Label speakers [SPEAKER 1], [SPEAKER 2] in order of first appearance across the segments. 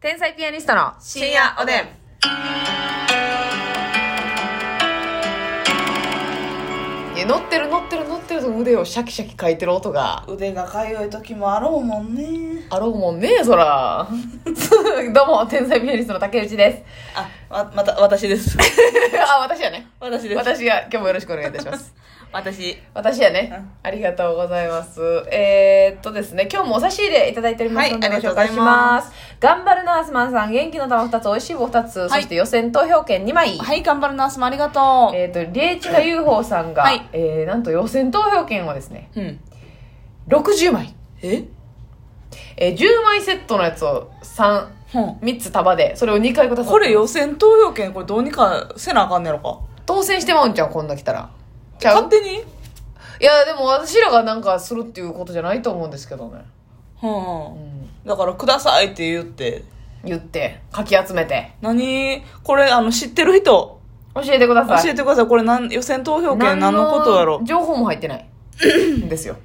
[SPEAKER 1] 天才ピアニストの
[SPEAKER 2] 深夜おでん。
[SPEAKER 1] え乗ってる乗ってる乗ってると腕をシャキシャキかいてる音が
[SPEAKER 2] 腕がかゆい時もあろうもんね。
[SPEAKER 1] あろうもんねそら どうも天才ピアニストの竹内です
[SPEAKER 2] あ、わまた、私です。
[SPEAKER 1] あ私やね
[SPEAKER 2] 私です。
[SPEAKER 1] 私が今日もよろしくお願いいたします
[SPEAKER 2] 私。
[SPEAKER 1] 私やね
[SPEAKER 2] うん
[SPEAKER 1] ありがとうございますえー、っとですね今日もお差し入れいただいておりますので、
[SPEAKER 2] はい
[SPEAKER 1] ご紹介します頑張るナースマンさん元気の玉2つ美味しい棒2つ、
[SPEAKER 2] はい
[SPEAKER 1] そして予選投票券2枚
[SPEAKER 2] はい、頑張るナースもありがと
[SPEAKER 1] えー、とリエチカ UFO さんが、
[SPEAKER 2] はい
[SPEAKER 1] えーなんと予選投票券をですね
[SPEAKER 2] う。うん。
[SPEAKER 1] 60枚、
[SPEAKER 2] え
[SPEAKER 1] えー10枚セットのやつを 3,
[SPEAKER 2] うん。
[SPEAKER 1] 3つ束でそれを2回くださった
[SPEAKER 2] これ予選投票権、これどうにかせなあかんねやろか。
[SPEAKER 1] 当選してまうんちゃうこんな来たらちゃ
[SPEAKER 2] 勝
[SPEAKER 1] う
[SPEAKER 2] 手に
[SPEAKER 1] いやでも私らがなんかするっていうことじゃないと思うんですけどね、
[SPEAKER 2] う。
[SPEAKER 1] うんん、
[SPEAKER 2] だから、くださいって言って。
[SPEAKER 1] 言ってかき集めて
[SPEAKER 2] 何これ、あの、知ってる人、
[SPEAKER 1] 教えてください
[SPEAKER 2] 教えてください。これなん、予選投票権何のことやろ
[SPEAKER 1] 何の。情報も入って ないですよ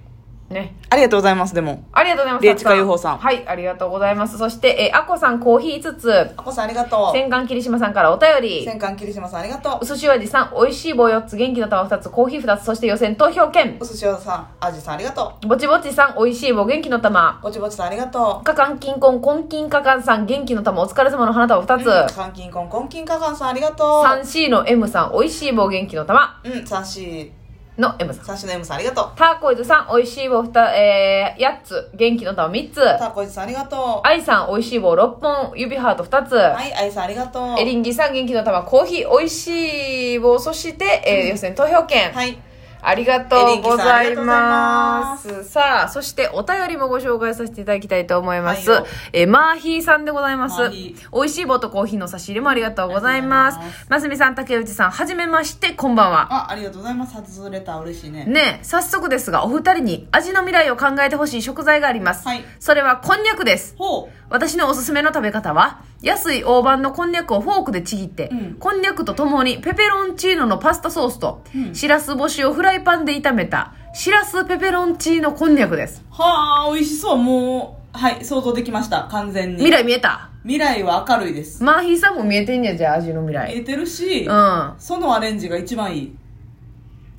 [SPEAKER 1] ね
[SPEAKER 2] ありがとうございます、でも。
[SPEAKER 1] ありがとうございます
[SPEAKER 2] レイチカ UFO さん
[SPEAKER 1] はいありがとうございますそして、えー、あこさんコーヒー5つ
[SPEAKER 2] あこさんありがと
[SPEAKER 1] 洗顔霧島さんからお便り
[SPEAKER 2] 官霧島さんありがと
[SPEAKER 1] う。すしおじさん、美味しい棒4つ、元気の玉2つ、コーヒー2つ、そして予選投票券。
[SPEAKER 2] 寿司屋さん、あじさんありがと
[SPEAKER 1] ぼちぼちさん、美味しい棒、元気の玉。
[SPEAKER 2] う。ぼちぼちさんありがとう。
[SPEAKER 1] かかんきんこん、こんきんかかんさん、元気の玉、お疲れ様の花束2つ。
[SPEAKER 2] カンキンコンコンキンカカンさんありがとう。
[SPEAKER 1] 3C の M さん、美味しい棒、元気の玉
[SPEAKER 2] うん、サンシー、
[SPEAKER 1] の M さん。
[SPEAKER 2] サンシーの M さんありがとう。
[SPEAKER 1] ターコイズさん、美味しい棒2、えー、8つ、元気の玉3つ。
[SPEAKER 2] タコイズさんありがとう。
[SPEAKER 1] アイさん、美味しい棒6本、指ハート2つ。
[SPEAKER 2] はい、アイさんありがとう。
[SPEAKER 1] エリンギさん、元気の玉、コーヒー、美味しい棒、そして、えー予選投票券。
[SPEAKER 2] はい。
[SPEAKER 1] ありがとうございます。さあ、そしてお便りもご紹介させていただきたいと思います。
[SPEAKER 2] はいよ
[SPEAKER 1] えーマーヒーさんでございます
[SPEAKER 2] マーヒ。
[SPEAKER 1] 美味しい棒とコーヒーの差し入れもありがとうございます
[SPEAKER 2] ありがとうございま。
[SPEAKER 1] ますみさん、竹内さん、はじめまして、こんばんは。
[SPEAKER 2] あ、ありがとうございます。初レター嬉しいね。
[SPEAKER 1] ねえ、早速ですが、お二人に味の未来を考えてほしい食材があります。
[SPEAKER 2] はい
[SPEAKER 1] それは、こんにゃくです。
[SPEAKER 2] ほ
[SPEAKER 1] 私のおすすめの食べ方は、安い大判のこんにゃくをフォークでちぎって、
[SPEAKER 2] うん
[SPEAKER 1] こんにゃくとともにペペロンチーノのパスタソースと、しらす干しをフライパンで炒めた、しらすペペロンチーノこんにゃくです。
[SPEAKER 2] う。はあ、美味しそう。もう、はい、想像できました。完全
[SPEAKER 1] 未
[SPEAKER 2] に。
[SPEAKER 1] 来見えた
[SPEAKER 2] 未来は明るいです。
[SPEAKER 1] マーヒーさんも見えてんねや、じゃあ味の未
[SPEAKER 2] 見
[SPEAKER 1] 来。
[SPEAKER 2] えてるし
[SPEAKER 1] う、ん。
[SPEAKER 2] そのアレンジが一番いい。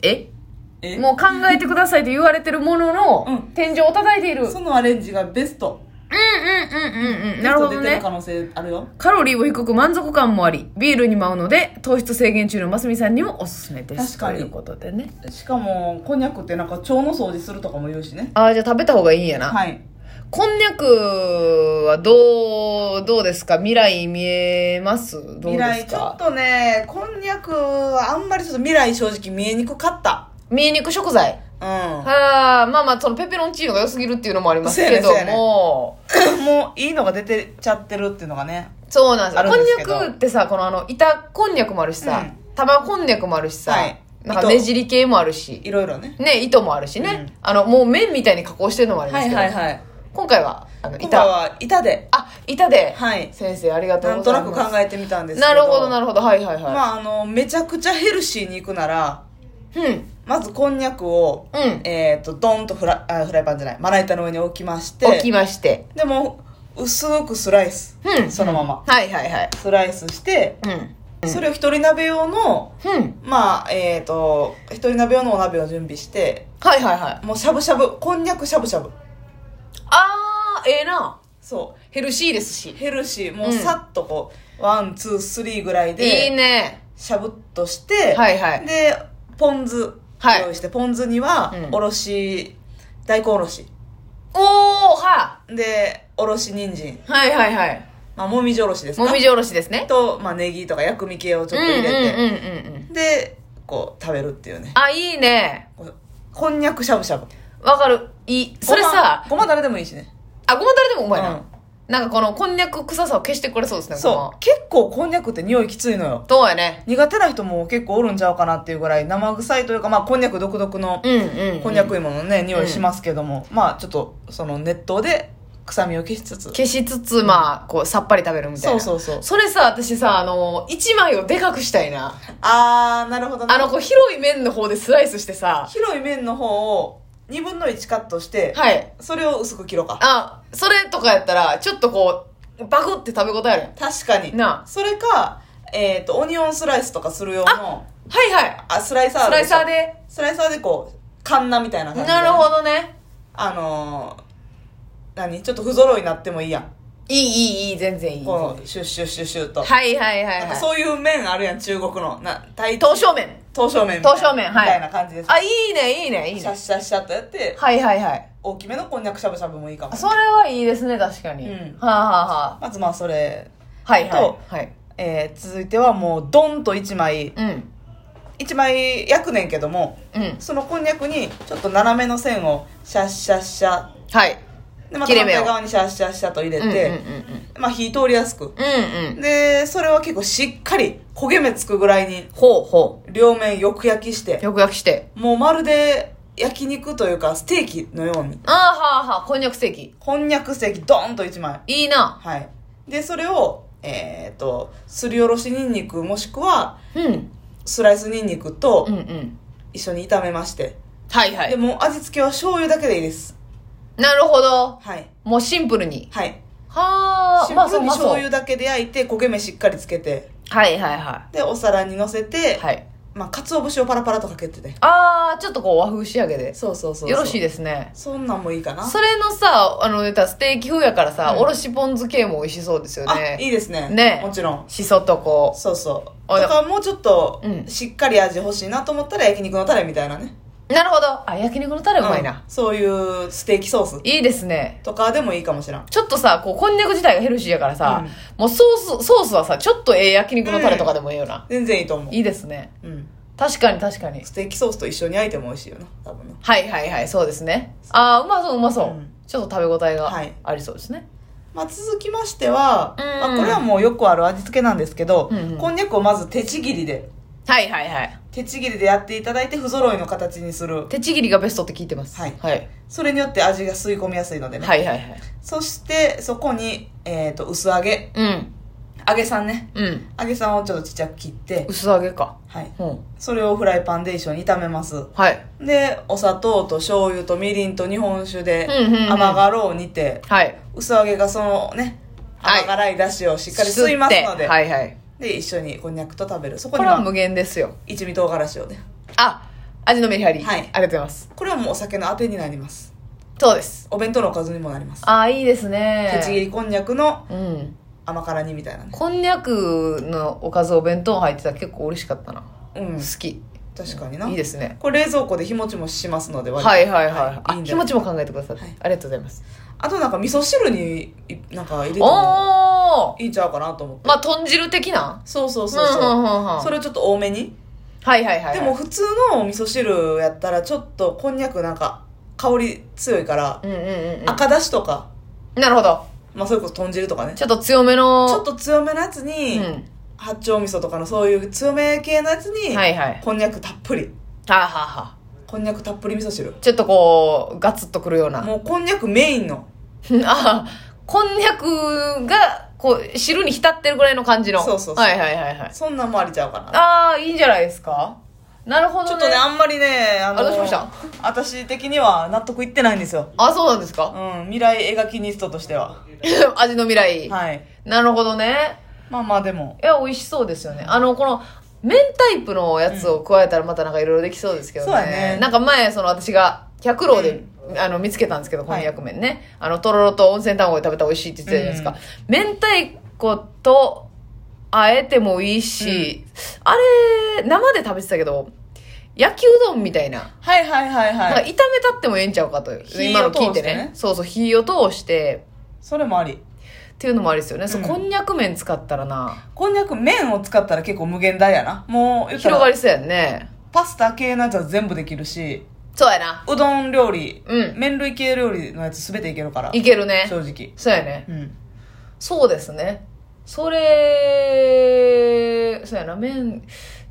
[SPEAKER 1] え
[SPEAKER 2] え
[SPEAKER 1] もう考えてくださいと言われてるものの、
[SPEAKER 2] うん
[SPEAKER 1] 天井を叩いている。うんうん
[SPEAKER 2] そのアレンジがベスト。
[SPEAKER 1] うんうんうん。なるほど
[SPEAKER 2] ベスト出て
[SPEAKER 1] ね
[SPEAKER 2] る可。能性あるよ。
[SPEAKER 1] カロリーも低く満足感もあり、ビールにも合うので、糖質制限中のマスミさんにもおすすめです。
[SPEAKER 2] 確かに
[SPEAKER 1] ということでね。
[SPEAKER 2] しかも、こんにゃくってなんか腸の掃除するとかも言うしね。
[SPEAKER 1] ああ、じゃあ食べた方がいいんやな。
[SPEAKER 2] はい。
[SPEAKER 1] こんにゃくはどう、どうですか未来見えますどう
[SPEAKER 2] 未
[SPEAKER 1] で
[SPEAKER 2] 来
[SPEAKER 1] す
[SPEAKER 2] ちょっ
[SPEAKER 1] か
[SPEAKER 2] とねこんにゃくはあんまりちょっと未来正直見えにくかった
[SPEAKER 1] 見えにく食材。
[SPEAKER 2] う
[SPEAKER 1] ああ、まあまあ、そのペペロンチーノが良すぎるっていうのもありますけど
[SPEAKER 2] そうやねそうやね
[SPEAKER 1] も、
[SPEAKER 2] んもういいのが出てちゃってるっていうのがね
[SPEAKER 1] そうなんです
[SPEAKER 2] あるんですけ
[SPEAKER 1] こ
[SPEAKER 2] ど
[SPEAKER 1] んにゃくってさ、このあの、板こんにゃくもあるしさ、
[SPEAKER 2] うん
[SPEAKER 1] 玉こんにゃくもあるしさ、
[SPEAKER 2] はい
[SPEAKER 1] なんかねじり系もあるし、
[SPEAKER 2] いろいろね
[SPEAKER 1] ね、糸もあるしね、
[SPEAKER 2] うん
[SPEAKER 1] あの、もう麺みたいに加工してるのもありますけど、
[SPEAKER 2] はい
[SPEAKER 1] 今回は、あの、
[SPEAKER 2] 今回
[SPEAKER 1] 板。
[SPEAKER 2] は板で
[SPEAKER 1] あ、板で。
[SPEAKER 2] はい
[SPEAKER 1] 先生、ありがと
[SPEAKER 2] な
[SPEAKER 1] うんご
[SPEAKER 2] と
[SPEAKER 1] ざい
[SPEAKER 2] な
[SPEAKER 1] ます。
[SPEAKER 2] く考えてみたんですけど
[SPEAKER 1] なるほど、なるほど。はいはいはい。
[SPEAKER 2] まああのめちゃくちゃヘルシーにいくなら
[SPEAKER 1] うん。
[SPEAKER 2] まずこんにゃくを、
[SPEAKER 1] うん
[SPEAKER 2] えっ、とドンとフラあフライパンじゃないまな板の上に置きまして
[SPEAKER 1] 起きまして。
[SPEAKER 2] でも薄くスライス、
[SPEAKER 1] うん
[SPEAKER 2] そのまま
[SPEAKER 1] はいはいはい。
[SPEAKER 2] スライスして、
[SPEAKER 1] うん。
[SPEAKER 2] それを一人鍋用の
[SPEAKER 1] うん。
[SPEAKER 2] まあえっ、と一人鍋用のお鍋を準備して
[SPEAKER 1] はいはいはい。
[SPEAKER 2] もうしゃぶしゃぶこんにゃくしゃぶしゃぶ
[SPEAKER 1] あー、ええな。
[SPEAKER 2] そ
[SPEAKER 1] ヘルシーですし
[SPEAKER 2] う。ヘルシー
[SPEAKER 1] う
[SPEAKER 2] もうんさっとこうワンツースリーぐらい
[SPEAKER 1] いい
[SPEAKER 2] で
[SPEAKER 1] ね。
[SPEAKER 2] しゃぶっとして、
[SPEAKER 1] はいはい。
[SPEAKER 2] でポン酢
[SPEAKER 1] はい
[SPEAKER 2] 用意して、ポン酢には
[SPEAKER 1] うん
[SPEAKER 2] おろし大根おろし
[SPEAKER 1] おーは
[SPEAKER 2] でおろし人参
[SPEAKER 1] はいはいはい。
[SPEAKER 2] まあもみじおろしです
[SPEAKER 1] も
[SPEAKER 2] か
[SPEAKER 1] みじおろしですね。
[SPEAKER 2] と、まあ、ネギとか薬味系をちょっと入れて、
[SPEAKER 1] うんうんうんうんうん。
[SPEAKER 2] でこう食べるっていうね
[SPEAKER 1] あ、いいね。
[SPEAKER 2] こうこんにゃくしゃぶしゃぶ
[SPEAKER 1] わかる。いい。それさ、
[SPEAKER 2] ごまごま誰でもいいしね
[SPEAKER 1] あ、ごまだれでもうまいな。
[SPEAKER 2] うん
[SPEAKER 1] なんかこのこんにゃく臭さを消してくれそうですね、ご
[SPEAKER 2] そう
[SPEAKER 1] ま。
[SPEAKER 2] 結構こんにゃくって匂いきついのよ
[SPEAKER 1] どうやね。
[SPEAKER 2] 苦手な人も結構おるんちゃうかなっていうぐらい生臭いというかまあこんにゃく独特の
[SPEAKER 1] うんうんうん。
[SPEAKER 2] こんにゃく芋のね匂いしますけども、まあちょっとその熱湯で臭みを消しつつ
[SPEAKER 1] 消しつつ、まあ、こう、さっぱり食べるみたい
[SPEAKER 2] そ
[SPEAKER 1] な。
[SPEAKER 2] うそうそう
[SPEAKER 1] それさ、私さ、あの、一枚をでかくしたいな。
[SPEAKER 2] あーなるほどね
[SPEAKER 1] あの、こう、広い面の方でスライスしてさ、
[SPEAKER 2] 広い面の方を2分の1カットして、
[SPEAKER 1] はい。
[SPEAKER 2] それを薄く切ろうか
[SPEAKER 1] あ、それとかやったら、ちょっとこう、バクって食べ応えあるやん
[SPEAKER 2] 確かに
[SPEAKER 1] なあ
[SPEAKER 2] それかえっ、とオニオンスライスとかする用の
[SPEAKER 1] はいはい
[SPEAKER 2] あスライサー
[SPEAKER 1] スライサー
[SPEAKER 2] で
[SPEAKER 1] で
[SPEAKER 2] スライサーでこうカンナみたいな感じで
[SPEAKER 1] なるほどね
[SPEAKER 2] あのー、何ちょっと不揃いになってもいいやん
[SPEAKER 1] いいいいいい全然いい全
[SPEAKER 2] こ
[SPEAKER 1] 然いうい
[SPEAKER 2] シュッシュッシュッシュッと、
[SPEAKER 1] はいはいはい
[SPEAKER 2] な
[SPEAKER 1] は
[SPEAKER 2] んか
[SPEAKER 1] い
[SPEAKER 2] そういう麺あるやん中国のな大
[SPEAKER 1] 刀削麺
[SPEAKER 2] 刀削麺みたいな
[SPEAKER 1] 刀削麺はい
[SPEAKER 2] みたいな感じです
[SPEAKER 1] あいいねいいねいい
[SPEAKER 2] シャッ
[SPEAKER 1] ね
[SPEAKER 2] シャッシャッとやって
[SPEAKER 1] はいはいはい
[SPEAKER 2] 大きめのこんにゃくしゃぶしゃぶもいいかも
[SPEAKER 1] それはいいですね確かに、
[SPEAKER 2] う
[SPEAKER 1] は
[SPEAKER 2] ん
[SPEAKER 1] あはあはあ
[SPEAKER 2] まずまあそれ、
[SPEAKER 1] はいは
[SPEAKER 2] と
[SPEAKER 1] いはい
[SPEAKER 2] えー続いてはもうドンと1枚
[SPEAKER 1] うん
[SPEAKER 2] 1枚焼くねんけども
[SPEAKER 1] うん
[SPEAKER 2] そのこんにゃくにちょっと斜めの線をシャッシャッシャ
[SPEAKER 1] はい
[SPEAKER 2] でまた
[SPEAKER 1] 切れ
[SPEAKER 2] 反
[SPEAKER 1] 目を
[SPEAKER 2] 対側にシャッシャッシャと入れ
[SPEAKER 1] うんうんうん
[SPEAKER 2] て、まあ火通りやすく
[SPEAKER 1] うんうんうん
[SPEAKER 2] でそれは結構しっかり焦げ目つくぐらいに
[SPEAKER 1] ほうほ
[SPEAKER 2] 両面よく焼きして
[SPEAKER 1] うよく焼きして
[SPEAKER 2] もうまるで焼肉というかステーキのように
[SPEAKER 1] ああはあはあこんにゃくステーキ
[SPEAKER 2] こんにゃくステーキドーンと1枚
[SPEAKER 1] いいな
[SPEAKER 2] はいでそれをえーっとすりおろしにんにくもしくは
[SPEAKER 1] うんうん
[SPEAKER 2] スライスにんにくと
[SPEAKER 1] うん
[SPEAKER 2] 一緒に炒めまして、
[SPEAKER 1] はいは
[SPEAKER 2] で
[SPEAKER 1] い
[SPEAKER 2] もう味付けは醤油だけでいいです
[SPEAKER 1] なるほど
[SPEAKER 2] はい
[SPEAKER 1] もうシンプルに
[SPEAKER 2] はい
[SPEAKER 1] はあ
[SPEAKER 2] シン
[SPEAKER 1] まあ
[SPEAKER 2] プ
[SPEAKER 1] そ
[SPEAKER 2] ル
[SPEAKER 1] う
[SPEAKER 2] に
[SPEAKER 1] まあ
[SPEAKER 2] 醤
[SPEAKER 1] そう
[SPEAKER 2] 油だけで焼いて焦げ目しっかりつけて
[SPEAKER 1] はいはいは
[SPEAKER 2] でお皿にのせて、
[SPEAKER 1] いはい
[SPEAKER 2] まあ鰹節をパラパラとかけてて
[SPEAKER 1] ああちょっとこう和風仕上げで
[SPEAKER 2] そうそうそうそう
[SPEAKER 1] よろしいですね
[SPEAKER 2] そんなんもいいかな
[SPEAKER 1] それのさあの言ったらステーキ風やからさ、
[SPEAKER 2] うん
[SPEAKER 1] おろしポン酢系も美味しそうですよ
[SPEAKER 2] あ
[SPEAKER 1] ね
[SPEAKER 2] いいですね
[SPEAKER 1] ね
[SPEAKER 2] もちろん
[SPEAKER 1] しそとこ
[SPEAKER 2] そうそう
[SPEAKER 1] あ
[SPEAKER 2] だからもうちょっと
[SPEAKER 1] うん
[SPEAKER 2] しっかり味欲しいなと思ったら焼肉のタレみたいなね
[SPEAKER 1] うなるほどあ焼肉のタレうまいな
[SPEAKER 2] う、んそういうステーキソース
[SPEAKER 1] いいですね
[SPEAKER 2] とかでもいいかもしらん
[SPEAKER 1] ちょっとさこうこんにゃく自体がヘルシーやからさ、
[SPEAKER 2] うん
[SPEAKER 1] もうソースソースはさちょっとええ焼肉のタレとかでもいいよな、
[SPEAKER 2] 全然いいと思う
[SPEAKER 1] いいですね
[SPEAKER 2] うん
[SPEAKER 1] 確かに確かに
[SPEAKER 2] ステーキソースと一緒に焼いても美味しいよな多分な
[SPEAKER 1] はいはいはいそうですねああうまそううまそう、
[SPEAKER 2] うん
[SPEAKER 1] ちょっと食べ応えが
[SPEAKER 2] はい
[SPEAKER 1] ありそうですね、
[SPEAKER 2] まあ、続きましては、
[SPEAKER 1] うん
[SPEAKER 2] まあ、これはもうよくある味付けなんですけど、
[SPEAKER 1] うんうん
[SPEAKER 2] こんにゃくをまず手ちぎりで
[SPEAKER 1] はい、はいはい
[SPEAKER 2] 手ちぎりでやっていただいて不揃いの形にする
[SPEAKER 1] 手ちぎりがベストって聞いてます
[SPEAKER 2] はい
[SPEAKER 1] はい、
[SPEAKER 2] それによって味が吸い込みやすいのでね、
[SPEAKER 1] はいはいはい
[SPEAKER 2] そしてそこに、えー、と薄揚げ
[SPEAKER 1] うん
[SPEAKER 2] 揚げさんね
[SPEAKER 1] うん
[SPEAKER 2] 揚げさんをちょっとちっちゃく切って、
[SPEAKER 1] 薄揚げか
[SPEAKER 2] はい、
[SPEAKER 1] うん
[SPEAKER 2] それをフライパンで一緒に炒めます
[SPEAKER 1] はい
[SPEAKER 2] でお砂糖と醤油とみりんと日本酒で
[SPEAKER 1] うんうんうん
[SPEAKER 2] 甘辛を煮て
[SPEAKER 1] はい
[SPEAKER 2] 薄揚げがそのね
[SPEAKER 1] はい
[SPEAKER 2] 甘辛い出汁をしっかり吸いますの
[SPEAKER 1] 吸って
[SPEAKER 2] で、
[SPEAKER 1] はいはい
[SPEAKER 2] で一緒にこんにゃくと食べるそこ
[SPEAKER 1] こ
[SPEAKER 2] に
[SPEAKER 1] れ
[SPEAKER 2] は
[SPEAKER 1] は無限ですよ
[SPEAKER 2] 一味唐辛子をね
[SPEAKER 1] あ味のメリハリ
[SPEAKER 2] はい
[SPEAKER 1] ありがとうございます
[SPEAKER 2] これはもうお酒のあてになります
[SPEAKER 1] そうです
[SPEAKER 2] お弁当のおかずにもなります
[SPEAKER 1] ああいいですね
[SPEAKER 2] 手ちぎりこんにゃくの
[SPEAKER 1] うん
[SPEAKER 2] 甘辛煮みたいなね
[SPEAKER 1] こんにゃくのおかずお弁当入ってたら結構嬉しかったな
[SPEAKER 2] うん
[SPEAKER 1] 好き
[SPEAKER 2] 確かにない
[SPEAKER 1] いですね
[SPEAKER 2] これ冷蔵庫で日持ちもしますので割と
[SPEAKER 1] はいはいはい
[SPEAKER 2] いい
[SPEAKER 1] あ
[SPEAKER 2] んじ
[SPEAKER 1] 気
[SPEAKER 2] ゃな
[SPEAKER 1] 持
[SPEAKER 2] い
[SPEAKER 1] ちも考えてくださっ
[SPEAKER 2] はい
[SPEAKER 1] てありがとうございます
[SPEAKER 2] あとなんか味噌汁にいなんか入れて
[SPEAKER 1] お
[SPEAKER 2] も
[SPEAKER 1] おー
[SPEAKER 2] いいんちゃうかなと思って
[SPEAKER 1] まあ豚汁的な
[SPEAKER 2] そうそうそうそう,、
[SPEAKER 1] んんんうん
[SPEAKER 2] それをちょっと多めに、
[SPEAKER 1] はいはいはいはい
[SPEAKER 2] でも普通のお味噌汁やったらちょっとこんにゃくなんか香り強いから、
[SPEAKER 1] うんうんうんうん
[SPEAKER 2] 赤だしとか
[SPEAKER 1] なるほど
[SPEAKER 2] まあそれこそ豚汁とかねち
[SPEAKER 1] ちょっと強めの
[SPEAKER 2] ょっと強めのやつに、
[SPEAKER 1] うん
[SPEAKER 2] 八丁味噌とかのそういう強め系のやつに、
[SPEAKER 1] はいはい
[SPEAKER 2] こんにゃくたっぷり
[SPEAKER 1] はあはあはあ
[SPEAKER 2] こんにゃくたっぷり味噌汁
[SPEAKER 1] ちょっとこうガツッとくるようなあ
[SPEAKER 2] もうこんにゃくメインの
[SPEAKER 1] あこんにゃくがこう汁に浸ってるぐらいの感じの
[SPEAKER 2] そうそうそう
[SPEAKER 1] はいはいはいはい
[SPEAKER 2] そんなんもありちゃうかな
[SPEAKER 1] ああいいんじゃないですかなるほどね
[SPEAKER 2] ちょっとねあんまりねあの
[SPEAKER 1] あどうしました
[SPEAKER 2] 私的には納得いってないんですよ
[SPEAKER 1] あそうなんですか
[SPEAKER 2] うん未来描きニストとしては
[SPEAKER 1] 味の未来、
[SPEAKER 2] はい
[SPEAKER 1] なるほどね
[SPEAKER 2] まあまあでも
[SPEAKER 1] いや美味しそうですよねあのこの麺タイプのやつを加えたらまたなんかいろいろできそうですけどね,、
[SPEAKER 2] そうやね
[SPEAKER 1] なんか前その私が百郎で、あの見つけたんですけどこんにゃく麺ね、あのとろろと温泉卵で食べたら美味しいって言ってたじゃないですか、明太子とあえてもいいし、あれ生で食べてたけど焼きうどんみたいな
[SPEAKER 2] はいはいはい
[SPEAKER 1] なんか
[SPEAKER 2] は
[SPEAKER 1] 炒
[SPEAKER 2] い
[SPEAKER 1] めたってもええんちゃうかという
[SPEAKER 2] 火
[SPEAKER 1] 今の聞い
[SPEAKER 2] を
[SPEAKER 1] て
[SPEAKER 2] 通して
[SPEAKER 1] ね
[SPEAKER 2] ね
[SPEAKER 1] そうそう火を通して
[SPEAKER 2] それもあり
[SPEAKER 1] っていうのもありですよね、そう
[SPEAKER 2] うん
[SPEAKER 1] こんにゃく麺使ったらな
[SPEAKER 2] こんにゃく麺を使ったら結構無限大やなもう言った
[SPEAKER 1] 広が
[SPEAKER 2] ら
[SPEAKER 1] りそうやんね
[SPEAKER 2] パスタ系のやつは全部できるし
[SPEAKER 1] そうやな
[SPEAKER 2] うどん料理、
[SPEAKER 1] うん
[SPEAKER 2] 麺類系料理のやつ全ていけるから
[SPEAKER 1] いけるね
[SPEAKER 2] 正直
[SPEAKER 1] そうやね
[SPEAKER 2] うん
[SPEAKER 1] そうですねそれそうやな麺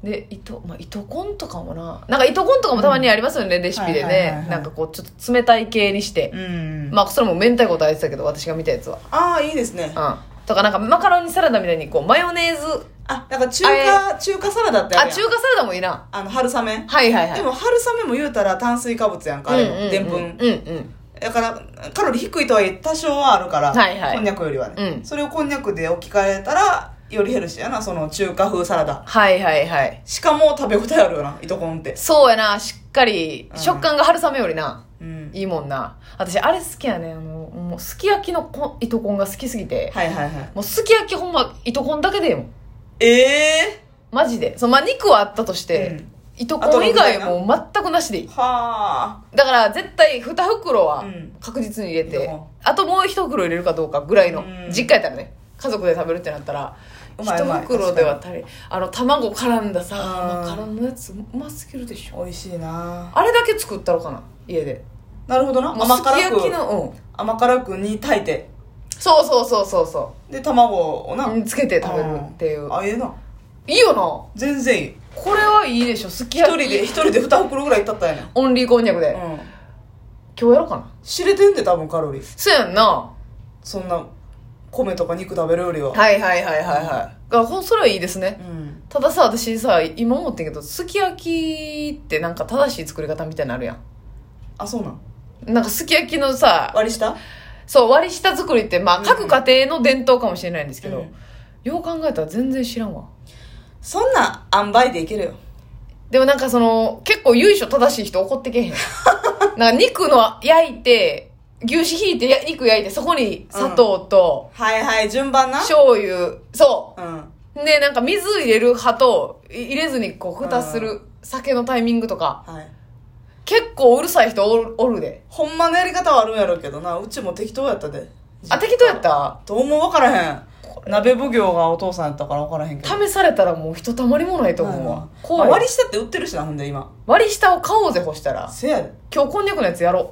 [SPEAKER 1] で糸まあ糸こんとかもななんか糸こんとかもたまにありますよね、レシピで
[SPEAKER 2] はいはいはいは
[SPEAKER 1] ね
[SPEAKER 2] い
[SPEAKER 1] なんかこうちょっと冷たい系にして、
[SPEAKER 2] うん
[SPEAKER 1] まあそれも明太子とあえてたけど私が見たやつは
[SPEAKER 2] ああいいですね
[SPEAKER 1] うんとかなんかマカロニサラダみたいにこうマヨネーズ
[SPEAKER 2] あだから中華中華サラダってあ
[SPEAKER 1] あ
[SPEAKER 2] る
[SPEAKER 1] 中
[SPEAKER 2] やん
[SPEAKER 1] 華サラダもいいな
[SPEAKER 2] あの春雨
[SPEAKER 1] はいはいはい
[SPEAKER 2] でも春雨も言うたら炭水化物やんかあれもでんぷん
[SPEAKER 1] うんうんうん
[SPEAKER 2] だからカロリー低いとはいえ多少はあるから、
[SPEAKER 1] はいはい
[SPEAKER 2] こんにゃくよりはね、
[SPEAKER 1] うん
[SPEAKER 2] それをこんにゃくで置き換えたらよりヘルシーやなその中華風サラダ
[SPEAKER 1] はいはいはい。
[SPEAKER 2] しかも食べ応えあるよないとこんって、
[SPEAKER 1] そうやな、しっかり、
[SPEAKER 2] うん
[SPEAKER 1] 食感が春雨よりな、
[SPEAKER 2] うん、
[SPEAKER 1] いいもんな。私、あれ好きやねん。あの、もう、すき焼きのこ糸こんが好きすぎて。
[SPEAKER 2] はいはいはい
[SPEAKER 1] もう、すき焼きほんま、糸こんだけでええもん。
[SPEAKER 2] ええ
[SPEAKER 1] マジで。そのまあ、肉はあったとして、
[SPEAKER 2] うん
[SPEAKER 1] 糸こん以外も全くなしでいい。
[SPEAKER 2] は
[SPEAKER 1] だから、絶対、二袋
[SPEAKER 2] あ
[SPEAKER 1] は
[SPEAKER 2] うん
[SPEAKER 1] 確実に入れて、
[SPEAKER 2] うん
[SPEAKER 1] あともう一袋入れるかどうかぐらいの、
[SPEAKER 2] うん
[SPEAKER 1] 実家やったらね、家族で食べるってなったら、
[SPEAKER 2] う
[SPEAKER 1] 一
[SPEAKER 2] まいうまい
[SPEAKER 1] 袋では足り、あの、卵絡んださ、
[SPEAKER 2] あー
[SPEAKER 1] マカロンのやつ、うますぎるでしょ。
[SPEAKER 2] 美味しいな
[SPEAKER 1] あれだけ作ったろかな、家で。
[SPEAKER 2] なるほどな
[SPEAKER 1] もうす
[SPEAKER 2] 甘
[SPEAKER 1] き
[SPEAKER 2] 辛
[SPEAKER 1] 焼き
[SPEAKER 2] く
[SPEAKER 1] の、うん。
[SPEAKER 2] 甘辛く煮炊いて
[SPEAKER 1] そうそうそうそうそ
[SPEAKER 2] で卵をな、
[SPEAKER 1] う。つけて食べるっていう。
[SPEAKER 2] あええない
[SPEAKER 1] いよな。
[SPEAKER 2] 全然いい
[SPEAKER 1] これはいいでしょ、すき
[SPEAKER 2] 一
[SPEAKER 1] 焼
[SPEAKER 2] 人
[SPEAKER 1] き。
[SPEAKER 2] で一人で二袋ぐらいいたったんやねん
[SPEAKER 1] オンリーこんにゃくで。
[SPEAKER 2] うん
[SPEAKER 1] 今日やろうかな。
[SPEAKER 2] 知れてんで多分カロリー
[SPEAKER 1] そうやんな。
[SPEAKER 2] そんな米とか肉食べるよりは、
[SPEAKER 1] はいはいはいはいはい。がほんそれはいいですね。
[SPEAKER 2] うん
[SPEAKER 1] たださ、私さ、今思ってんけど、すき焼きってなんか正しい作り方みたいなのあるや
[SPEAKER 2] あそうなん
[SPEAKER 1] ん。なんかすき焼きのさ、
[SPEAKER 2] 割り下
[SPEAKER 1] そう、割り下作りって、まあ、
[SPEAKER 2] うん
[SPEAKER 1] 各家庭の伝統かもしれないんですけど、
[SPEAKER 2] うん
[SPEAKER 1] よう考えたら全然知らんわ。
[SPEAKER 2] そんなん塩梅でいけるよ
[SPEAKER 1] でもなんかその、結構由緒正しい人怒ってけ へん。なんか肉の焼いて、牛脂引いてや肉焼いて、そこに砂糖と
[SPEAKER 2] はいはい順番な
[SPEAKER 1] 醤油、そ
[SPEAKER 2] うん
[SPEAKER 1] う。で、なんか水入れる派と、い入れずにこう、蓋す
[SPEAKER 2] う
[SPEAKER 1] る酒のタイミングとか、
[SPEAKER 2] はい
[SPEAKER 1] 結構うるさい人おるおるで。
[SPEAKER 2] ほんまのやり方はあるんやろうけどなうちも適当やったで
[SPEAKER 1] あ、適当やった
[SPEAKER 2] どうも分からへん鍋奉行がお父さんやったから分からへんけど
[SPEAKER 1] 試されたらもうひとたまりもないと思う
[SPEAKER 2] まあ
[SPEAKER 1] わ
[SPEAKER 2] ま。あ
[SPEAKER 1] 怖い
[SPEAKER 2] まあ
[SPEAKER 1] わ
[SPEAKER 2] 割り。下って売ってるしなほんで今
[SPEAKER 1] 割り下を買おうぜ、ほしたら。
[SPEAKER 2] せやで
[SPEAKER 1] 今日こんにゃくのやつやろう。